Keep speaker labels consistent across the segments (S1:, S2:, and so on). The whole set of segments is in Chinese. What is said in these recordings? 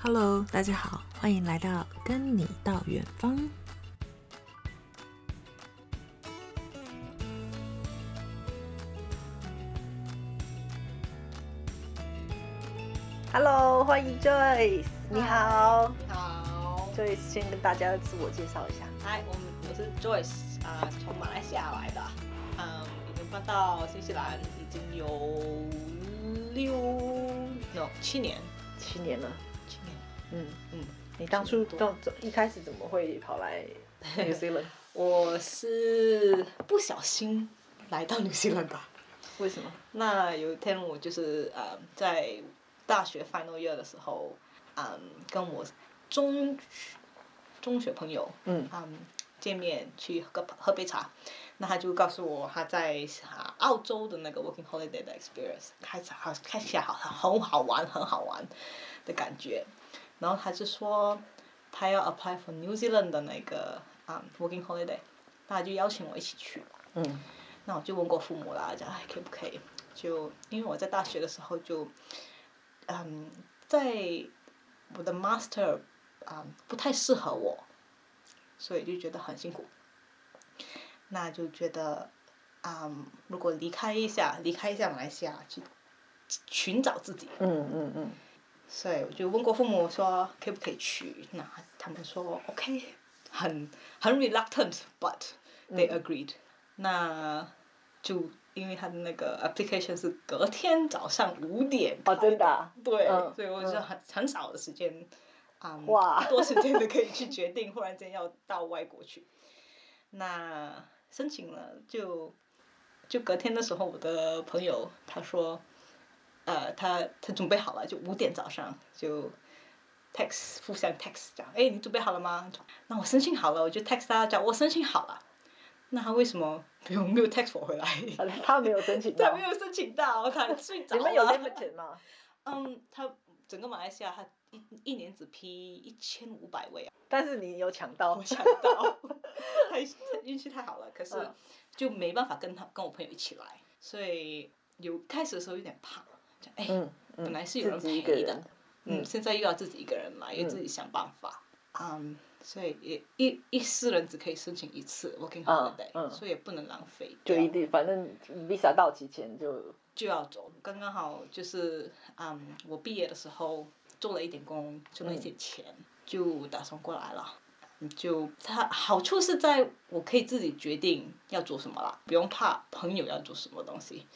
S1: Hello，大家好，欢迎来到跟你到远方。
S2: Hello，欢迎 Joyce，你好
S3: 好，
S2: ，Joyce，先跟大家自我介绍一下。
S3: 嗨，我们我是 Joyce 啊、从马来西亚来的，嗯，已经搬到新西兰已经有六 no 七年，
S2: 七年了，
S3: 七年，
S2: 嗯，
S3: 嗯，
S2: 你当初
S3: 差不
S2: 到
S3: 多
S2: 一开始怎么会跑 来 New Zealand？
S3: 我是不小心来到新西兰吧。
S2: 为什么？
S3: 那有一天我就是呃在大学 final year 的时候，嗯、跟我中中学朋友
S2: 嗯
S3: 嗯见面去喝个喝杯茶，那他就告诉我他在啊澳洲的那个 working holiday 的 experience，开始好看起来好像很好玩很好玩的感觉，然后他就说他要 apply for New Zealand 的那个啊、working holiday，那他就邀请我一起去，
S2: 嗯
S3: 那我就问过父母啦，讲哎可不可以？就因为我在大学的时候就，嗯，在我的 master 啊、不太适合我，所以就觉得很辛苦。那就觉得，嗯，如果离开一下，离开一下马来西亚去寻找自己，
S2: 嗯嗯嗯，
S3: 所以我就问过父母说可不可以去，那他们说 OK，很很 reluctant，but they agreed、那就因为他的那个 application 是隔天早上五点
S2: 哦，真的、啊，
S3: 对，
S2: 嗯
S3: 所以我就很、很少的时间，啊、
S2: 哇
S3: 多时间的可 以去决定，忽然间要到外国去，那申请了就就隔天的时候，我的朋友他说，呃，他他准备好了，就五点早上就 text 互相 text 讲，哎，你准备好了吗？那我申请好了，我就 text 他讲我申请好了，那他为什么没有没有 text 我回来？
S2: 啊他没有申请
S3: 他
S2: 到
S3: 没。有申请到，他睡着
S2: 你
S3: 了。
S2: 们有 limited 吗？
S3: 嗯，他整个马来西亚，他一一年只批一千五百位啊，
S2: 但是你有抢到
S3: 我，想到， 他他运气太好了，可是
S2: 嗯
S3: 就没办法跟他跟我朋友一起来，所以有开始的时候有点怕，就哎，
S2: 嗯，
S3: 本来是有人
S2: 自己一个
S3: 陪
S2: 人
S3: 的，嗯，现在又要自己一个人来，又自己想办法，嗯，所以也一一私人只可以申请一次 working
S2: 嗯
S3: holiday，、
S2: 嗯
S3: 所以也不能浪费
S2: 就
S3: 掉，
S2: 一定，反正 visa 到期前就
S3: 就要走。刚刚好就是，嗯，我毕业的时候做了一点工，存了一
S2: 嗯
S3: 点钱，就打算过来了。就它好处是在我可以自己决定要做什么啦，不用怕朋友要做什么东西。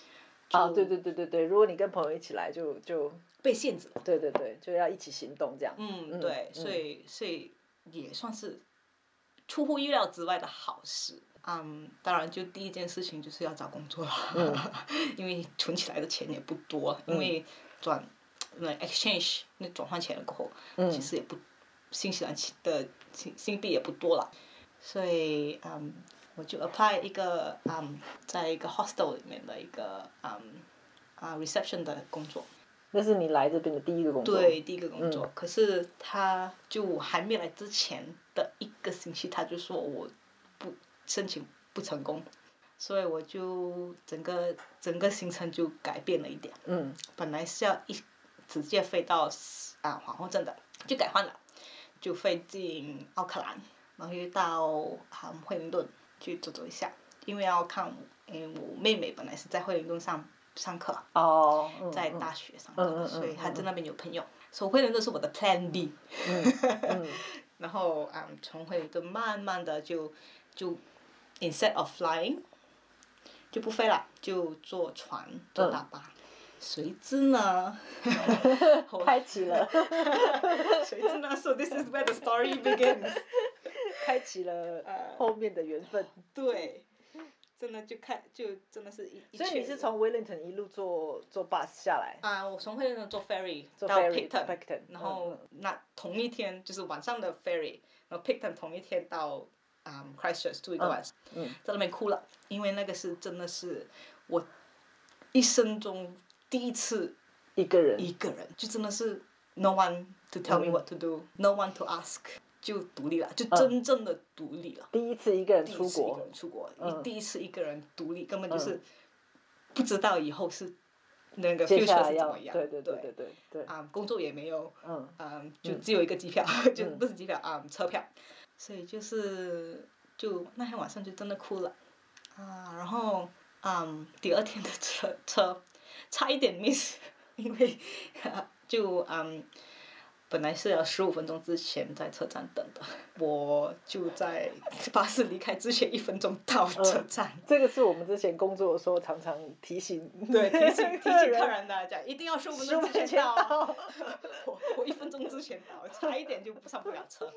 S2: 啊，对对对对对，如果你跟朋友一起来就，就
S3: 被限制了。
S2: 对对对，就要一起行动这样。嗯
S3: 嗯，对，
S2: 嗯
S3: 所以所以也算是出乎意料之外的好事。嗯，当然，就第一件事情就是要找工作了， 因为存起来的钱也不多，因为转那 exchange 那转换钱了过后，其实也不新西兰其的新新币也不多了，所以嗯，我就 apply 一个嗯，在一个 hostel 里面的一个嗯啊 reception 的工作，
S2: 那是你来这边的第一个工作。嗯
S3: 对，第一个工作。可是他就还没来之前的一个星期，他就说我不申请不成功，所以我就整个整个行程就改变了一点。
S2: 嗯
S3: 本来是要一直接飞到啊皇后镇的，就改换了，就飞进奥克兰，然后又到啊惠灵顿去走走一下，因为要看我，因为我妹妹本来是在惠灵顿上上课，
S2: 哦，嗯
S3: 在
S2: 嗯
S3: 大学上
S2: 嗯嗯嗯
S3: 课，所以他在那边有朋友。所以惠灵顿是我的 Plan B，
S2: 嗯
S3: 然后嗯，从惠灵顿慢慢的就就 instead of flying 就不飞了，就坐船坐大巴。谁知呢？ 我
S2: 开启了，
S3: 谁知呢？So this is where the story begins。呃
S2: 开启了后面的缘分。
S3: 对，真的就看就真的是一一
S2: 所以你
S3: 圈
S2: 是从 Wellington 一路坐坐 bus 下来，
S3: 啊、我从惠灵顿坐 ferry
S2: 坐
S3: 到
S2: ferry 到
S3: Picton，
S2: Picton，嗯
S3: 然后那同一天就是晚上的 ferry，然后 Picton 同一天到啊、嗯 Christchurch 住一个晚上，
S2: 嗯
S3: 在那边哭了，因为那个是真的是我一生中第一次
S2: 一个人，
S3: 一个人，就真的是 no one to tell me
S2: 嗯
S3: what to do，no、one to ask，就独立了，就真正的独立了。
S2: 第一次一个人
S3: 第一
S2: 出
S3: 次一个
S2: 国，
S3: 人出国，
S2: 嗯
S3: 你第一次一个人独立，根本就是不知道以后是那个
S2: 接下
S3: future
S2: 来
S3: 是怎
S2: 要
S3: 么样，
S2: 对对对对
S3: 对，
S2: 对对，
S3: 啊、工作也没有，
S2: 嗯
S3: 嗯，就
S2: 嗯
S3: 只有一个机票， 就
S2: 嗯
S3: 不是机票啊、车票，所以就是就那天晚上就真的哭了，啊、然后嗯，第二天的车车差一点 miss，因 为、就嗯。本来是要十五分钟之前在车站等的，我就在 巴士离开之前一分钟到
S2: 嗯
S3: 车站，
S2: 这个是我们之前工作的时候常常提醒，
S3: 对，提醒提醒客人大家一定要十五分
S2: 十
S3: 钟
S2: 五
S3: 之
S2: 分
S3: 前
S2: 钱
S3: 到。啊
S2: 到，
S3: 我我一分钟之前到，差一点就上不了车。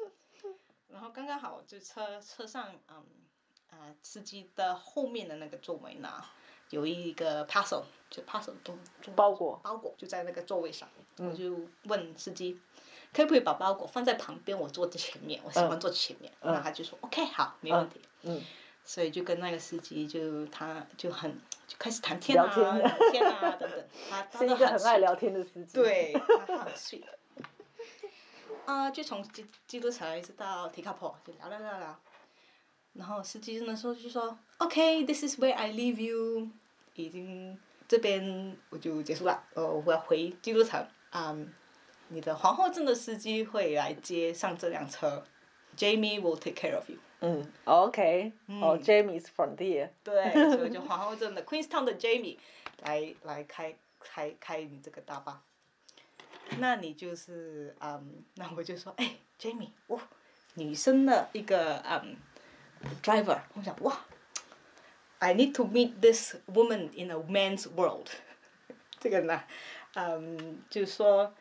S3: 然后刚刚好就车车上，嗯，呃，司机的后面的那个座位呢，有一个 parcel，就 parcel 中中
S2: 包裹，
S3: 包裹就在那个座位上，我
S2: 嗯
S3: 就问司机，可不可以把包裹放在旁边，我坐在前面，我喜欢
S2: 嗯
S3: 坐前面。
S2: 嗯
S3: 那他就说 OK 好，没问题。
S2: 嗯，
S3: 所以就跟那个司机就他就很就开始谈天啊，
S2: 聊天
S3: 聊天啊等等，他 他
S2: 是一
S3: 都
S2: 个很爱
S3: 熟
S2: 聊天的司机，，
S3: 对，他很 sweet。啊、就从基基督城一直到提卡坡，就聊聊聊聊。然后司机那时候就说：“OK，this、is where I leave you。”已经这边我就结束了，呃，我要回基督城。嗯，你的皇后镇的司机会来接上这辆车，Jamie will take care of you。
S2: 嗯，OK，哦
S3: 嗯
S2: ，Jamie's Frontier，
S3: 对，所以就皇后镇的 Queenstown 的 Jamie 来来开开开你这个大巴。那你就是嗯，那我就说，哎，Jamie，哇，女生的一个嗯 driver，我想哇，I need to meet this woman in a man's world。这个呢，嗯，就是说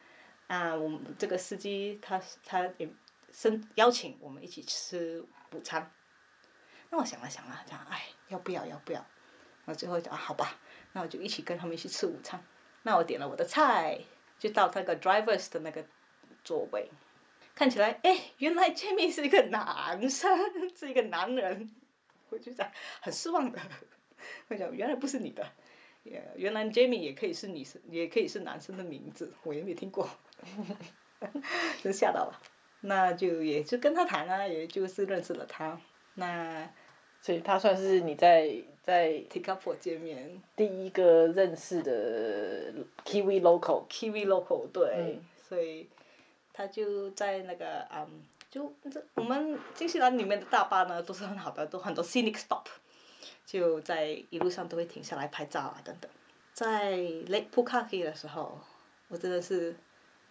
S3: 啊，我们这个司机他他也申邀请我们一起吃午餐。那我想了想了，讲哎，要不要要不要？我最后讲、啊、好吧，那我就一起跟他们一起吃午餐。那我点了我的菜，就到那个 drivers 的那个座位。看起来，哎，原来 Jamie 是一个男生，是一个男人，我就讲很失望的，我讲原来不是你的，也原来 Jamie 也可以是女生，也可以是男生的名字，我也没听过， 真吓到了。那就也就跟他谈啊，也就是认识了他。那
S2: 所以他算是你在在
S3: t i k a p o 见面
S2: 第一个认识的 Kiwi local，
S3: ，Kiwi local 对，
S2: 嗯
S3: 所以他就在那个嗯，就这我们新西兰里面的大巴呢都是很好的，都很多 scenic stop，就在一路上都会停下来拍照啊等等。在 Lake Pukaki 的时候，我真的是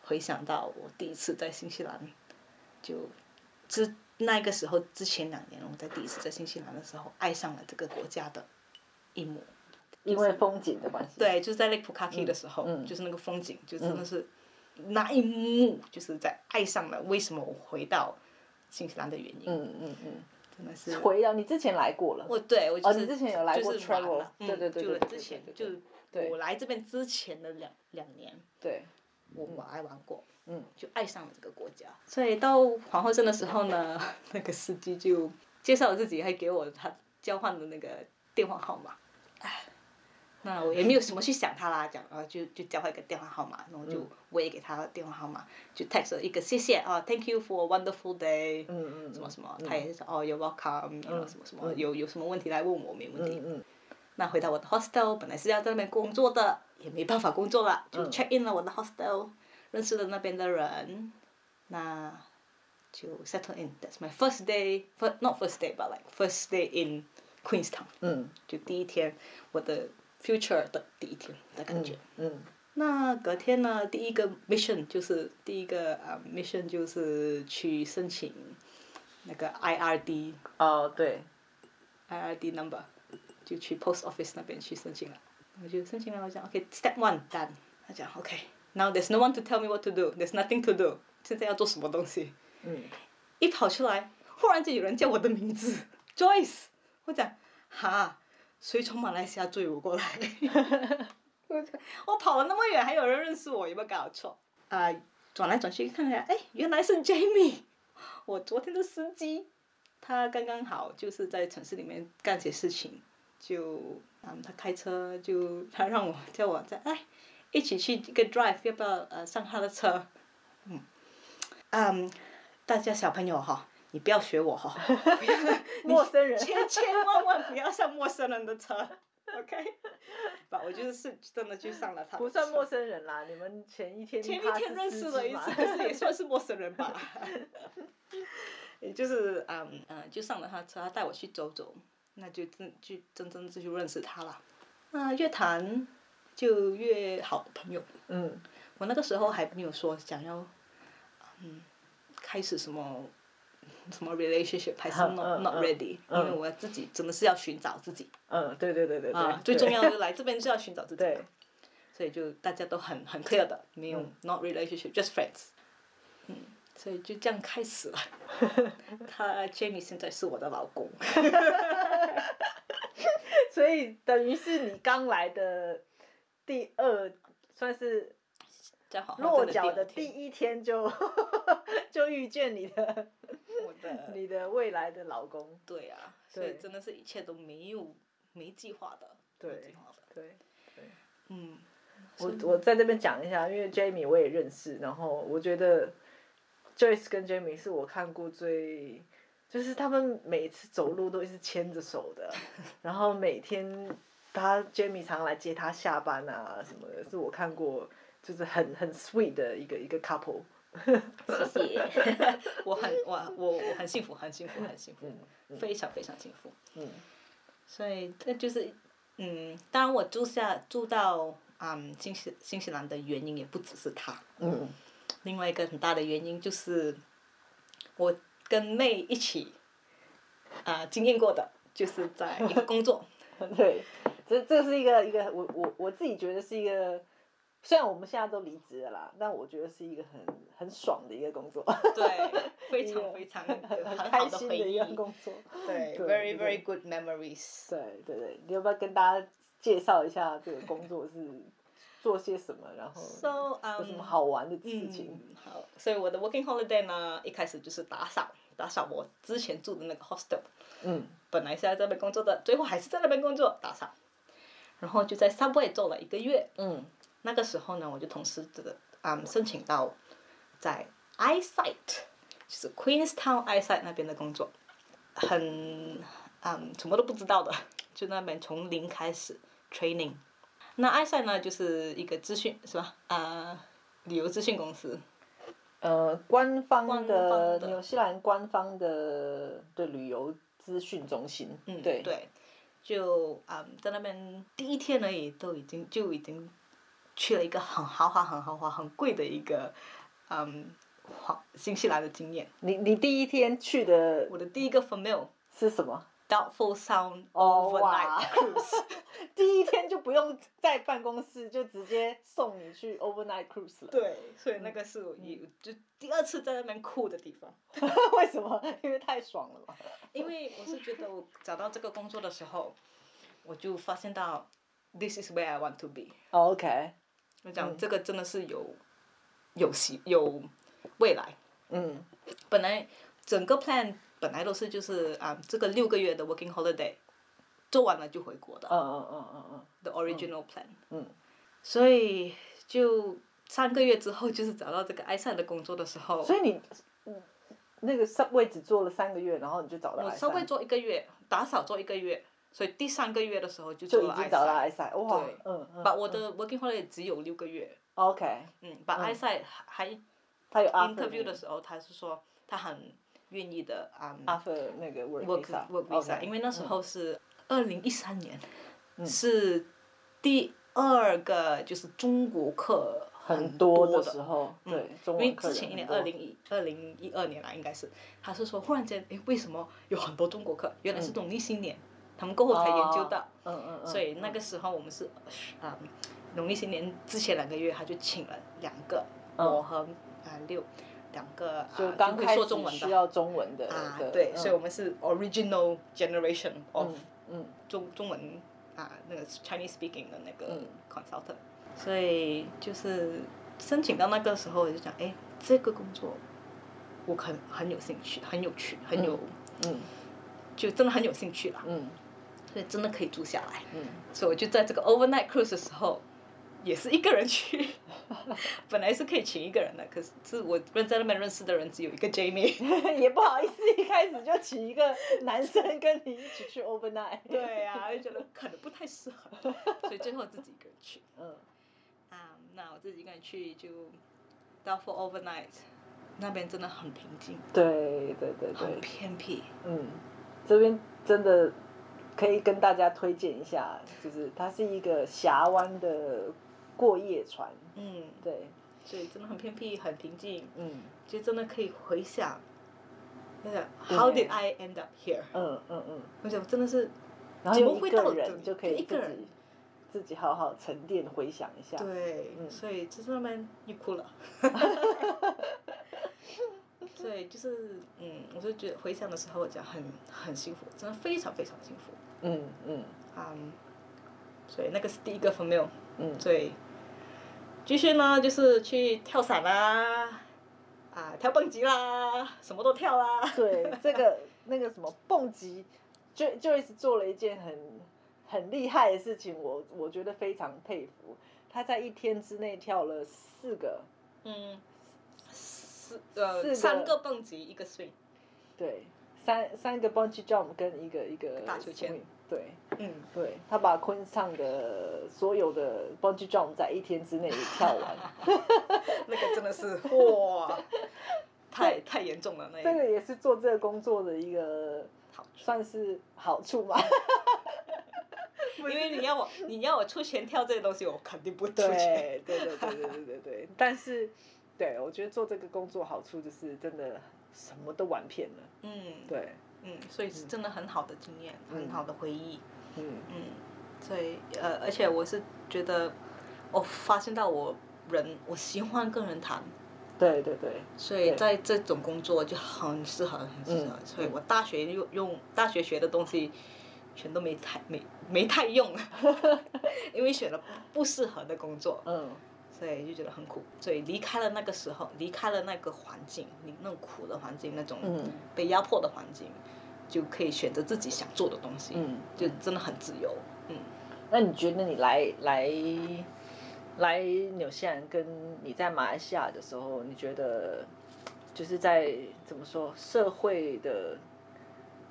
S3: 回想到我第一次在新西兰，就之那个时候之前两年，我在第一次在新西兰的时候，爱上了这个国家的一幕。
S2: 因为风景的关系，，
S3: 对，就是在 Lake Pukaki
S2: 嗯
S3: 的时候，
S2: 嗯
S3: 就是那个风景，就真的是、那一幕，就是在爱上了为什么我回到新西兰的原因，
S2: 嗯嗯嗯。
S3: 真的是
S2: 回到你之前来过了，
S3: 我对我就
S2: 哦
S3: 是、
S2: 你之前有来过
S3: 就是玩
S2: travel，
S3: 了嗯
S2: 对对对
S3: 就
S2: 对对
S3: 之
S2: 对
S3: 前
S2: 对
S3: 就
S2: 对
S3: 是
S2: 对
S3: 我来这边之前的两两年，
S2: 对，
S3: 我我还玩过，
S2: 嗯，
S3: 就爱上了这个国家。所以到皇后镇的时候呢， 那个司机就介绍了自己，还给我他交换的那个电话号码。唉，那我也没有什么去想他啦，讲啊就就交换一个电话号码，然后就
S2: 嗯
S3: 我也给他电话号码，就 text 了一个谢谢啊，Thank you for a wonderful day，
S2: 嗯嗯，
S3: 什么什么，
S2: 嗯
S3: 他也是说哦，You're welcome，然后什么什么，
S2: 嗯
S3: 有有什么问题来问我，没问题。
S2: 嗯嗯
S3: 那回到我的 hostel，本来是要在那边工作的，也没办法工作了，就
S2: 嗯
S3: check in 了我的 hostel，、认识了那边的人，那就 settle in。That's my first day, first not first day, but like first day in Queenstown，
S2: 嗯
S3: 就第一天，我的 future 的第一天的感觉。
S2: 嗯
S3: 那隔天呢，第一个 mission 就是第一个啊、mission 就是去申请那个 IRD
S2: 哦对，
S3: IRD number，就去 post office 那边去申请了。我就申请了，我讲 OK step one done。他讲 OK now there's no one to tell me what to do, there's nothing to do。现在要做什么东西？
S2: 嗯
S3: 一跑出来，忽然就有人叫我的名字 Joyce。我讲哈，谁从马来西亚追我过来？ 我讲我跑了那么远，还有人认识我，有没有搞错？啊、转来转去看了，哎，原来是 Jamie，我昨天的司机，他刚刚好就是在城市里面干些事情，就嗯，他开车就他让我叫我在哎，一起去一个 drive，要不要呃上他的车？嗯，嗯，大家小朋友哈，你不要学我哈，
S2: 陌生人，
S3: 千千万万不要上陌生人的车。 OK，吧，我就是是真的去上了他的
S2: 不算陌
S3: 车
S2: 生人啦。你们前一天
S3: 前一
S2: 他
S3: 天
S2: 是
S3: 认
S2: 司
S3: 识
S2: 机
S3: 了一
S2: 嘛
S3: 次，但是也算是陌生人吧。 也就是嗯嗯、就上了他的车，他带我去走走，那就真就真真正去认识他了。那越谈就越好的朋友。
S2: 嗯
S3: 我那个时候还没有说想要，嗯，开始什么什么 relationship，还是
S2: 嗯
S3: not
S2: 嗯
S3: not
S2: 嗯
S3: ready，因
S2: 嗯
S3: 为我自己真的是要寻找自己。
S2: 嗯，对对对对对，
S3: 啊，最
S2: 对
S3: 重要的来这边是要寻找自己嘛
S2: 对，
S3: 所以就大家都很很 clear 的，没
S2: 嗯
S3: 有 not relationship，just friends，嗯，所以就这样开始了。 他 Jamie 现在是我的老公，
S2: 所以等于是你刚来的第二，算是
S3: 正好
S2: 落脚哦的第
S3: 地，
S2: 一天就就遇见你的
S3: 我的
S2: 你的未来的老公。
S3: 对啊，所以
S2: 对
S3: 真的是一切都没有没计划的，没
S2: 对
S3: 计划的，
S2: 对，
S3: 嗯，
S2: 我
S3: 所以
S2: 我在这边讲一下，因为 Jamie 我也认识，然后我觉得 Joyce 跟 Jamie 是我看过最。就是他们每次走路都一直牵着手 的，然后每天他 Jamie 常来接他下班啊什么的，是我看过就是很很 sweet 的一个一个 couple。
S3: 谢谢， 我很我我我很幸福，很幸福，很幸福，
S2: 嗯嗯
S3: 非常非常幸福。
S2: 嗯
S3: 所以这就是，嗯，当然我住下住到嗯新西新西兰的原因也不只是他，
S2: 嗯
S3: 另外一个很大的原因就是我跟妹一起啊、经验过的，就是在一个工 作，
S2: 对，这这是一个一个我我我自己觉得是一个，虽然我们现在都离职了啦，但我觉得是一个很很爽的一个工作，
S3: 对，非
S2: 一
S3: 常
S2: 个
S3: 非常 有很
S2: 开
S3: 好
S2: 心
S3: 回
S2: 一
S3: 忆
S2: 个，工作。
S3: 对
S2: 对
S3: ，very
S2: 对
S3: very good memories。
S2: 对对对，你要不要跟大家介绍一下这个工作是做些什么，然后
S3: So 嗯、
S2: 有什么好玩的事情？
S3: 嗯，好，所以我的 working holiday 呢，一开始就是打扫，打扫我之前住的那个 hostel。
S2: 嗯
S3: 本来是在这边工作的，最后还是在那边工作打扫，然后就在 Subway 做了一个月。
S2: 嗯
S3: 那个时候呢，我就同时这个嗯申请到在 iSight，就是 Queenstown iSight 那边的工作，很嗯什么都不知道的，就那边从零开始 training。那 iSight 呢，就是一个资讯是吧？呃，旅游资讯公司，
S2: 呃，官方
S3: 官
S2: 的
S3: 方的
S2: 纽西兰官方的的旅游资讯中心，
S3: 嗯，
S2: 对，
S3: 就嗯，在那边第一天而已，都已经就已经去了一个很豪华、很豪华、很贵的一个嗯，华新西兰的经验。
S2: 你你第一天去的
S3: 我的第一个 famil
S2: 是什么？
S3: doubtful sound
S2: 哦哇
S3: overnight cruise，
S2: 第一天就不用在办公室，就直接送你去 overnight cruise 了。，
S3: 对，所以那个是我
S2: 嗯
S3: 一就第二次在那边哭的地方，
S2: 为什么？因为太爽了嘛。
S3: 因为我是觉得我找到这个工作的时候，我就发现到 this is where I want to be。
S2: o OK，
S3: 我讲
S2: 嗯
S3: 这个真的是有有希有未来。
S2: 嗯
S3: 本来整个 plan 本来都是就是啊、这个六个月的 working holiday 做完了就回国的、
S2: 嗯嗯嗯嗯嗯
S3: the original plan，、
S2: 嗯
S3: 所以就三个月之后就是找到这个埃塞的工作的时候，
S2: 所以你嗯那个 subway 只做了三个月，然后你就找到
S3: 我
S2: 埃塞，
S3: 稍微做一个月，打扫做一个月，所以第三个月的时候就做
S2: 就
S3: 了
S2: 已
S3: 埃
S2: 经找到埃
S3: 塞。
S2: 塞，哇
S3: 对，
S2: 嗯嗯。
S3: 把我的 working holiday 只有六个月，
S2: OK，
S3: 嗯，把
S2: 嗯
S3: 埃塞还
S2: 他有 offer
S3: interview
S2: 你
S3: 的时候，他是说他很愿意的啊、嗯
S2: offer 那个 work
S3: work
S2: visa
S3: work visa，
S2: OK，
S3: 因为那时候是二零一三年，
S2: 嗯
S3: 是第二个就是中国客
S2: 很
S3: 多
S2: 多的时候，
S3: 嗯
S2: 对，中
S3: 因为
S2: 文课
S3: 之前一年二零一二零一二年啦，应该是他是说忽然间，诶，为什么有很多中国客？原来是农历新年，他们过后才研究到，
S2: 嗯嗯嗯，
S3: 所以那个时候我们是啊、嗯农历新年之前两个月他就请了两个，
S2: 嗯
S3: 我和啊六两个啊
S2: 就刚
S3: 会
S2: 开
S3: 说中
S2: 始
S3: 文
S2: 需
S3: 的。
S2: 要中文的
S3: 啊，
S2: 的
S3: 对，
S2: 嗯
S3: 所以我们是 original generation of
S2: 嗯嗯
S3: 中中文啊那个 Chinese speaking 的那个
S2: 嗯
S3: consultant，、所以就是申请到那个时候我就想，哎，这个工作我很很有兴趣，很有趣，很有、
S2: 嗯
S3: 就真的很有兴趣啦，
S2: 嗯
S3: 所以真的可以住下来。
S2: 嗯。
S3: 所以我就在这个 overnight cruise 的时候，也是一个人去， 本来是可以请一个人的，可是是我认在那边认识的人只有一个 Jamie。
S2: 嗯 也不好意思一开始就请一个男生跟你一起去 open night。
S3: 对啊，就觉得可能不太适合， 所以最后自己一个人去。
S2: 嗯，
S3: 啊、那我自己一个人去就到 for overnight，那边真的很平静，
S2: 对对对
S3: 很
S2: 对，
S3: 偏僻。
S2: 嗯，这边真的可以跟大家推荐一下，就是它是一个峡湾的过夜船，
S3: 嗯，
S2: 对，
S3: 所以真的很偏僻，很平静，
S2: 嗯
S3: 就真的可以回想那个 How did I end up here？
S2: 嗯嗯嗯，
S3: 我想真的是
S2: 然后
S3: 怎么
S2: 有一
S3: 会
S2: 个
S3: 到这
S2: 人
S3: 里
S2: 就可
S3: 就
S2: 以
S3: 一
S2: 自
S3: 个人
S2: 己自己好好沉淀回想一下，
S3: 对，
S2: 嗯
S3: 所以就是慢慢又哭 了。对，就是嗯，我就觉得回想的时候，我讲很很幸福，真的非常非常幸福。
S2: 嗯嗯
S3: 嗯，所以那个是第一个 f a
S2: 嗯
S3: 对，继续呢就是去跳伞啦，啊，跳蹦极啦，嗯什么都跳啦。
S2: 对，这个那个什么蹦极就就一直做了一件很很厉害的事情，我我觉得非常佩服。他在一天之内跳了四个，
S3: 嗯，四呃
S2: 四个
S3: 三个蹦极，一个 swing。
S2: 对，三三个 bungee jump 跟一个一个
S3: 大秋千
S2: swing，对
S3: 嗯，
S2: 对，他把昆唱的所有的 bungee jump 在一天之内跳完，
S3: 那个真的是哇，太太严重了那
S2: 这
S3: 个
S2: 个也是做这个工作的一个
S3: 好处。
S2: 算是好处嘛。
S3: 因为你要我，你要我出钱跳这些东西，我肯定 不出钱。
S2: 对对对对对对对对，但是对我觉得做这个工作好处就是真的什么都玩遍了，
S3: 嗯，
S2: 对，
S3: 嗯，所以是真的很好的经验，
S2: 嗯
S3: 很好的回忆。
S2: 嗯
S3: 嗯，所以呃，而且我是觉得，我发现到我人我喜欢跟人谈，
S2: 对对对，
S3: 所以
S2: 对
S3: 在这种工作就很适合，很适合。
S2: 嗯
S3: 所以我大学用用大学学的东西，全都没太没没太用， 因为选了不适合的工作，
S2: 嗯
S3: 所以就觉得很苦。所以离开了那个时候，离开了那个环境，你那种苦的环境，那种
S2: 嗯
S3: 被压迫的环境，就可以选择自己想做的东西，
S2: 嗯，
S3: 就真的很自由。嗯。
S2: 那你觉得你来来来纽西兰跟你在马来西亚的时候，你觉得就是在怎么说社会的？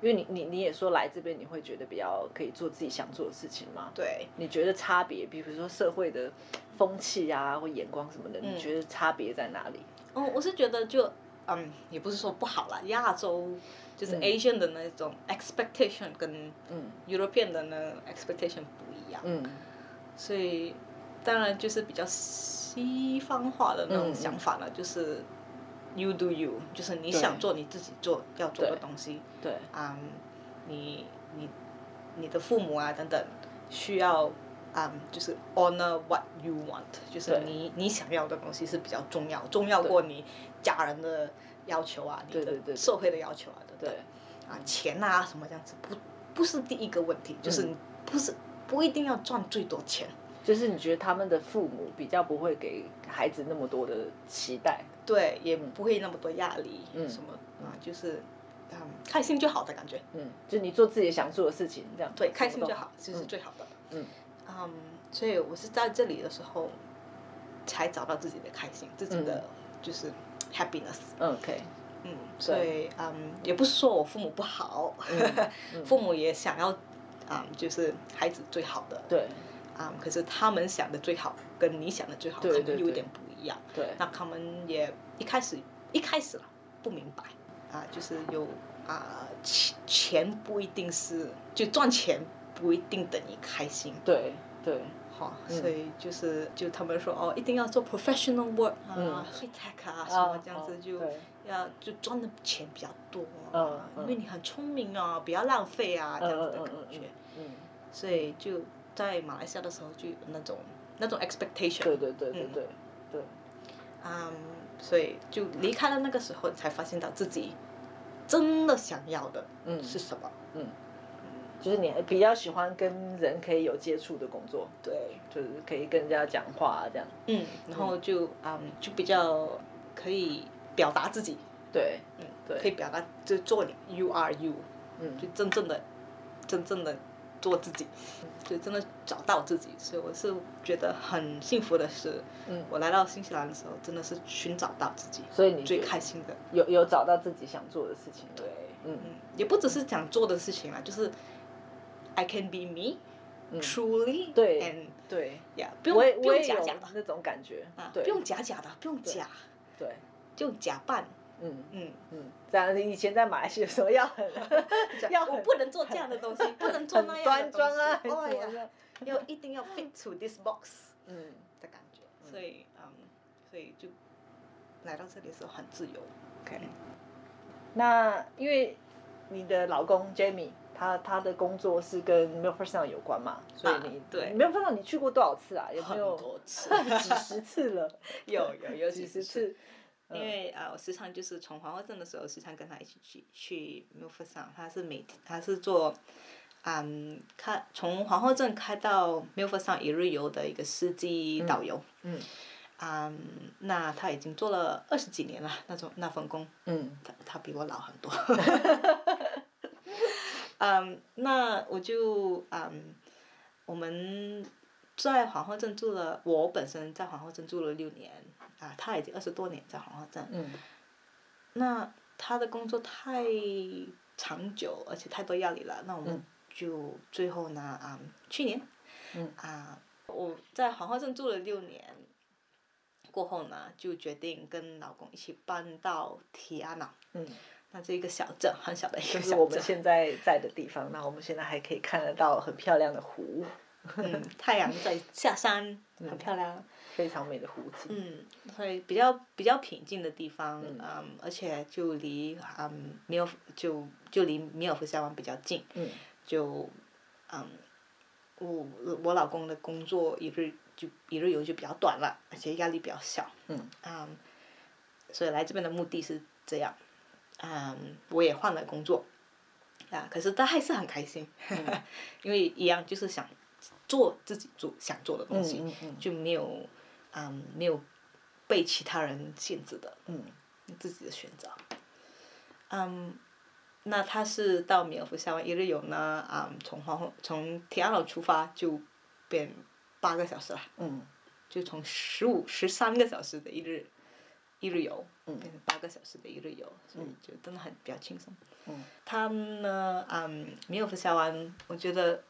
S2: 因为你你你也说来这边你会觉得比较可以做自己想做的事情嘛？
S3: 对，
S2: 你觉得差别，比如说社会的风气啊，或眼光什么的，
S3: 嗯
S2: 你觉得差别在哪里？
S3: 哦，我是觉得就嗯，也不是说不好啦，亚洲就是
S2: 嗯
S3: Asian 的那种 expectation 跟
S2: 嗯
S3: European 的呢 expectation 不一样，
S2: 嗯
S3: 所以当然就是比较西方化的那
S2: 嗯嗯
S3: 种想法了，就是 you do you，就是你
S2: 对
S3: 想做你自己做要做的
S2: 对
S3: 东西，
S2: 对，
S3: 嗯，你你你的父母啊等等需要。嗯就是 honor what you want，就是
S2: 对
S3: 你你想要的东西是比较重要，重要过你家人的要求啊，你
S2: 对对对
S3: 的社会的要求啊，等等
S2: 对
S3: 啊，钱啊什么这样子，不不是第一个问题，就是
S2: 嗯
S3: 你不是不一定要赚最多钱，
S2: 就是你觉得他们的父母比较不会给孩子那么多的期待，
S3: 对，也
S2: 嗯
S3: 不会那么多压力，
S2: 嗯
S3: 什么
S2: 嗯
S3: 啊，就是嗯开心就好的感觉，
S2: 嗯，就你做自己想做的事情，这样
S3: 对，开心就
S2: 什么
S3: 好，这是
S2: 嗯
S3: 最好的。
S2: 嗯
S3: 嗯，所以我是在这里的时候，才找到自己的开心，自己的
S2: 嗯
S3: 就是 happiness。
S2: 都好。嗯，OK，
S3: 嗯，所以嗯，也不是说我父母不好，
S2: 嗯嗯
S3: 父母也想要，嗯，就是孩子最好的，
S2: 对
S3: 啊、可是他们想的最好跟你想的最好
S2: 对
S3: 可
S2: 对
S3: 能
S2: 对
S3: 有点不一样，
S2: 对，
S3: 那他们也一开始一开始啦不明白，啊、就是有啊、钱钱不一定是就赚钱不一定等于开心，
S2: 对对，
S3: 哈、
S2: 嗯
S3: 所以就是就他们说哦，一定要做 professional work 啊、
S2: 嗯
S3: high tech 啊什么这样子
S2: 哦
S3: 就。
S2: 对
S3: 要就赚的钱比较多、啊
S2: 嗯嗯
S3: 因为你很聪明啊，不要浪费啊，这样子的感觉。
S2: 嗯嗯嗯嗯，
S3: 所以就在马来西亚的时候就有那种那种 expectation，
S2: 对对对对
S3: 嗯
S2: 对对，
S3: 嗯，所以就离开了那个时候，才发现到自己真的想要的
S2: 嗯，
S3: 是什么。
S2: 嗯，就是你比较喜欢跟人可以有接触的工作，
S3: 对，
S2: 就是可以跟人家讲话啊这样，
S3: 嗯，然后就嗯，就比较可以表达自己，
S2: 对
S3: 嗯，
S2: 对
S3: 可以表达就做你 you are you，
S2: 嗯
S3: 就真正的真正的做自己，就真的找到自己。所以我是觉得很幸福的是，
S2: 嗯
S3: 我来到新西兰的时候，真的是寻找到自己
S2: 所以你
S3: 最
S2: 觉得
S3: 开心的。
S2: 有有找到自己想做的事情了。
S3: 对，
S2: 嗯
S3: 嗯，也不只是讲做的事情啦，就是 I can be me
S2: 嗯，
S3: truly，
S2: 对
S3: ，and
S2: 对，
S3: yeah，不
S2: 我也
S3: 用不
S2: 我
S3: 用
S2: 也有
S3: 假假的
S2: 那种感觉
S3: 啊，，
S2: 对
S3: 不用假假的，不用
S2: 对
S3: 假，
S2: 对，
S3: 就假扮，
S2: 嗯
S3: 嗯，
S2: 嗯，这样以前在马来西亚的时候要 很要
S3: 我
S2: 很
S3: 不能做这样的东西，不能做
S2: 很
S3: 那样
S2: 端
S3: 的东
S2: 庄
S3: 西，
S2: 啊，还是什
S3: 哎
S2: 么
S3: 呀，
S2: 的，
S3: 要一定要 fit to this box
S2: 嗯
S3: 的感觉，
S2: 嗯
S3: 所以嗯，所以就来到这里的时候很自由
S2: ，OK。那因为你的老公 Jamie，他他的工作是跟 Milford Sound 有关嘛，所以
S3: 啊
S2: 你、
S3: 对
S2: Milford Sound 你去过多少次啊？有没
S3: 很
S2: 有
S3: 多次，
S2: 几十次了？
S3: 有有有
S2: 几
S3: 几
S2: 十次
S3: 十次，，
S2: 嗯
S3: 因为呃，我时常就是从皇后镇的时候，时常跟他一起去去 m i l f o r d 上，他是每天他是坐，嗯，开从皇后镇开到 m i l f o r d 上一日游的一个司机
S2: 嗯
S3: 导游，
S2: 嗯
S3: 嗯那他已经做了二十几年了，那种那份工，
S2: 嗯
S3: 他他比我老很多， 嗯，那我就嗯，我们在皇后镇住了，我本身在皇后镇住了六年，啊，他已经二十多年在皇后镇，
S2: 嗯
S3: 那他的工作太长久，而且太多压力了。那我们
S2: 嗯
S3: 就最后呢，啊、去年，
S2: 嗯
S3: 啊、我在皇后镇住了六年，过后呢，就决定跟老公一起搬到提亚纳，
S2: 嗯，
S3: 那这一个小镇，很小的一
S2: 就
S3: 个
S2: 是
S3: 小
S2: 我们
S3: 镇。
S2: 现在在的地方。那我们现在还可以看得到很漂亮的湖，
S3: 嗯，太阳在下山，
S2: 嗯
S3: 很漂亮。
S2: 非常美的湖景。
S3: 嗯，所以比较比较平静的地方，
S2: 嗯
S3: 嗯，而且就离嗯没有就就离米尔福峡湾比较近。
S2: 嗯
S3: 就，嗯，我我老公的工作一日就一日游就比较短了，而且压力比较小，
S2: 嗯
S3: 嗯，所以来这边的目的是这样，嗯，我也换了工作，啊，可是他还是很开心，
S2: 嗯
S3: 因为一样就是想做自己做想做的东
S2: 嗯
S3: 西，
S2: 嗯嗯
S3: 就没有，嗯，没有被其他人限制的，
S2: 嗯
S3: 你自己的选择。嗯，那他是到米尔福峡湾一日游呢，嗯，从皇后从提亚岛出发就变八个小时了，
S2: 嗯
S3: 就从十五十三个小时的一日一日游，
S2: 嗯
S3: 变成八个小时的一日游，所以
S2: 嗯
S3: 就真的很比较轻松。
S2: 嗯
S3: 他们呢，嗯，米尔福峡湾，我觉得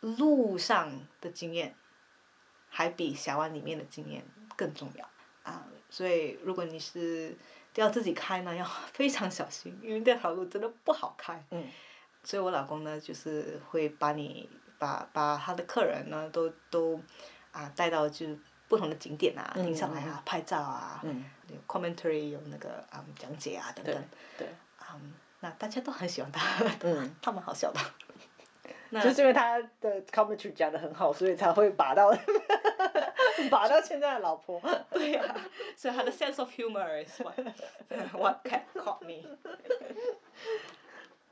S3: 路上的经验还比峡湾里面的经验更重要啊、所以如果你是要自己开呢， 要非常小心，因为这条路真的不好开。
S2: 嗯
S3: 所以我老公呢，就是会把你把把他的客人呢，都都啊、带到就是不同的景点啊，
S2: 嗯
S3: 停下来
S2: 嗯
S3: 啊，拍照啊，
S2: 嗯，
S3: 有 commentary 有那个啊、讲解啊等
S2: 对
S3: 等。
S2: 对，
S3: 嗯，那大家都很喜欢他，
S2: 嗯，
S3: 他蛮好笑的。 那
S2: 就是因为他的 commentary 讲的很好，所以才会把到 把到现在的老婆。
S3: 对呀、所以他的 sense of humor is what what c a t caught me。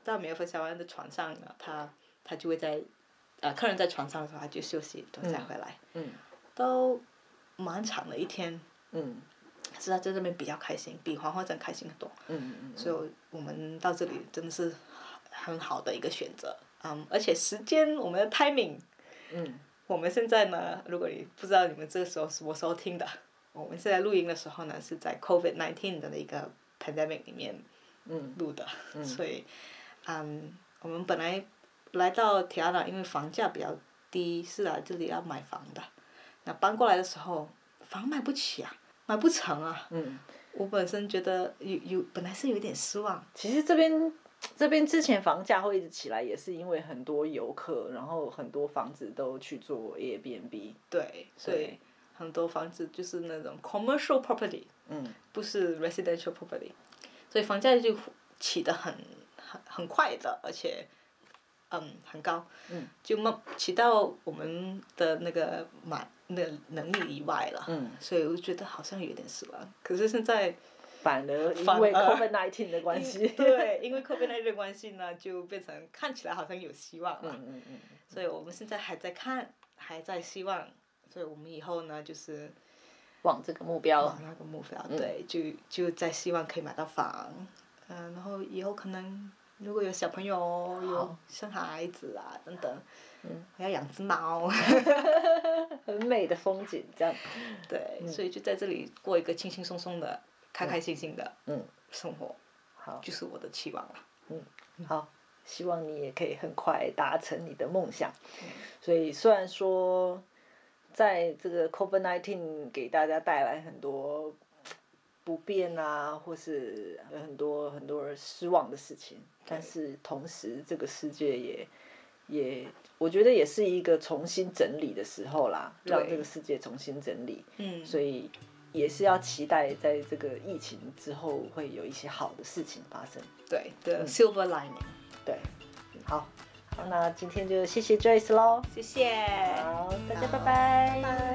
S3: 在美尔分享完的床上呢，他他就会在呃客人在床上的时候，他就休息，等再
S2: 嗯
S3: 回来，
S2: 嗯
S3: 都蛮长的一天。
S2: 嗯
S3: 可是他在这边比较开心，比皇后镇开心很多。
S2: 嗯嗯
S3: 所以我们到这里真的是很好的一个选择，嗯，而且时间我们的 timing
S2: 嗯
S3: 我们现在呢，如果你不知道你们这个时候什么时候听的，我们现在录音的时候呢是在 COVID nineteen 的一个 pandemic 里面
S2: 嗯
S3: 录的，
S2: 嗯
S3: 所以，嗯，我们本来来到提亚纳，因为房价比较低，是来这里要买房的，那搬过来的时候房买不起啊，买不成啊，
S2: 嗯，
S3: 我本身觉得有有本来是有点失望，
S2: 其实这边。这边之前房价会一直起来，也是因为很多游客，然后很多房子都去做 Airbnb。
S3: 对，所以
S2: 对
S3: 很多房子就是那种 commercial property，
S2: 嗯
S3: 不是 residential property，所以房价就起得很很很快的，而且嗯很高，
S2: 嗯
S3: 就慢起到我们的那个满那能力以外了。
S2: 嗯，
S3: 所以我就觉得好像有点失望，可是 现在
S2: 反而因
S3: 反
S2: 为
S3: 而
S2: COVID nineteen 的关系。
S3: 因对，因为 COVID 19的关系呢，就变成看起来好像有希望了。
S2: 嗯嗯嗯
S3: 所以我们现在还在看，还在希望，所以我们以后呢，就是
S2: 往这个目标
S3: 往。那个目标，
S2: 嗯
S3: 对，就就在希望可以买到房，嗯、然后以后可能如果有小朋友，有
S2: 好
S3: 生孩子啊等等，
S2: 嗯，
S3: 还要养 只猫，
S2: 很美的风景，这样，
S3: 对，
S2: 嗯
S3: 所以就在这里过一个轻轻松松的、开开心心的
S2: 嗯，
S3: 生活，
S2: 好，
S3: 就是我的期望了。
S2: 好，希望你也可以很快达成你的梦想。所以虽然说，在这个 COVID-19 给大家带来很多不便啊，或是有很多很多人失望的事情，但是同时这个世界也。也，我觉得也是一个重新整理的时候啦，
S3: 对
S2: 让这个世界重新整理，
S3: 嗯，
S2: 所以也是要期待在这个疫情之后会有一些好的事情发生。
S3: 对的
S2: 嗯
S3: silver lining，
S2: 对，好，好，那今天就谢谢 Joyce 喽，
S3: 谢谢，
S2: 好，大家拜
S3: 好
S2: 拜
S3: 拜。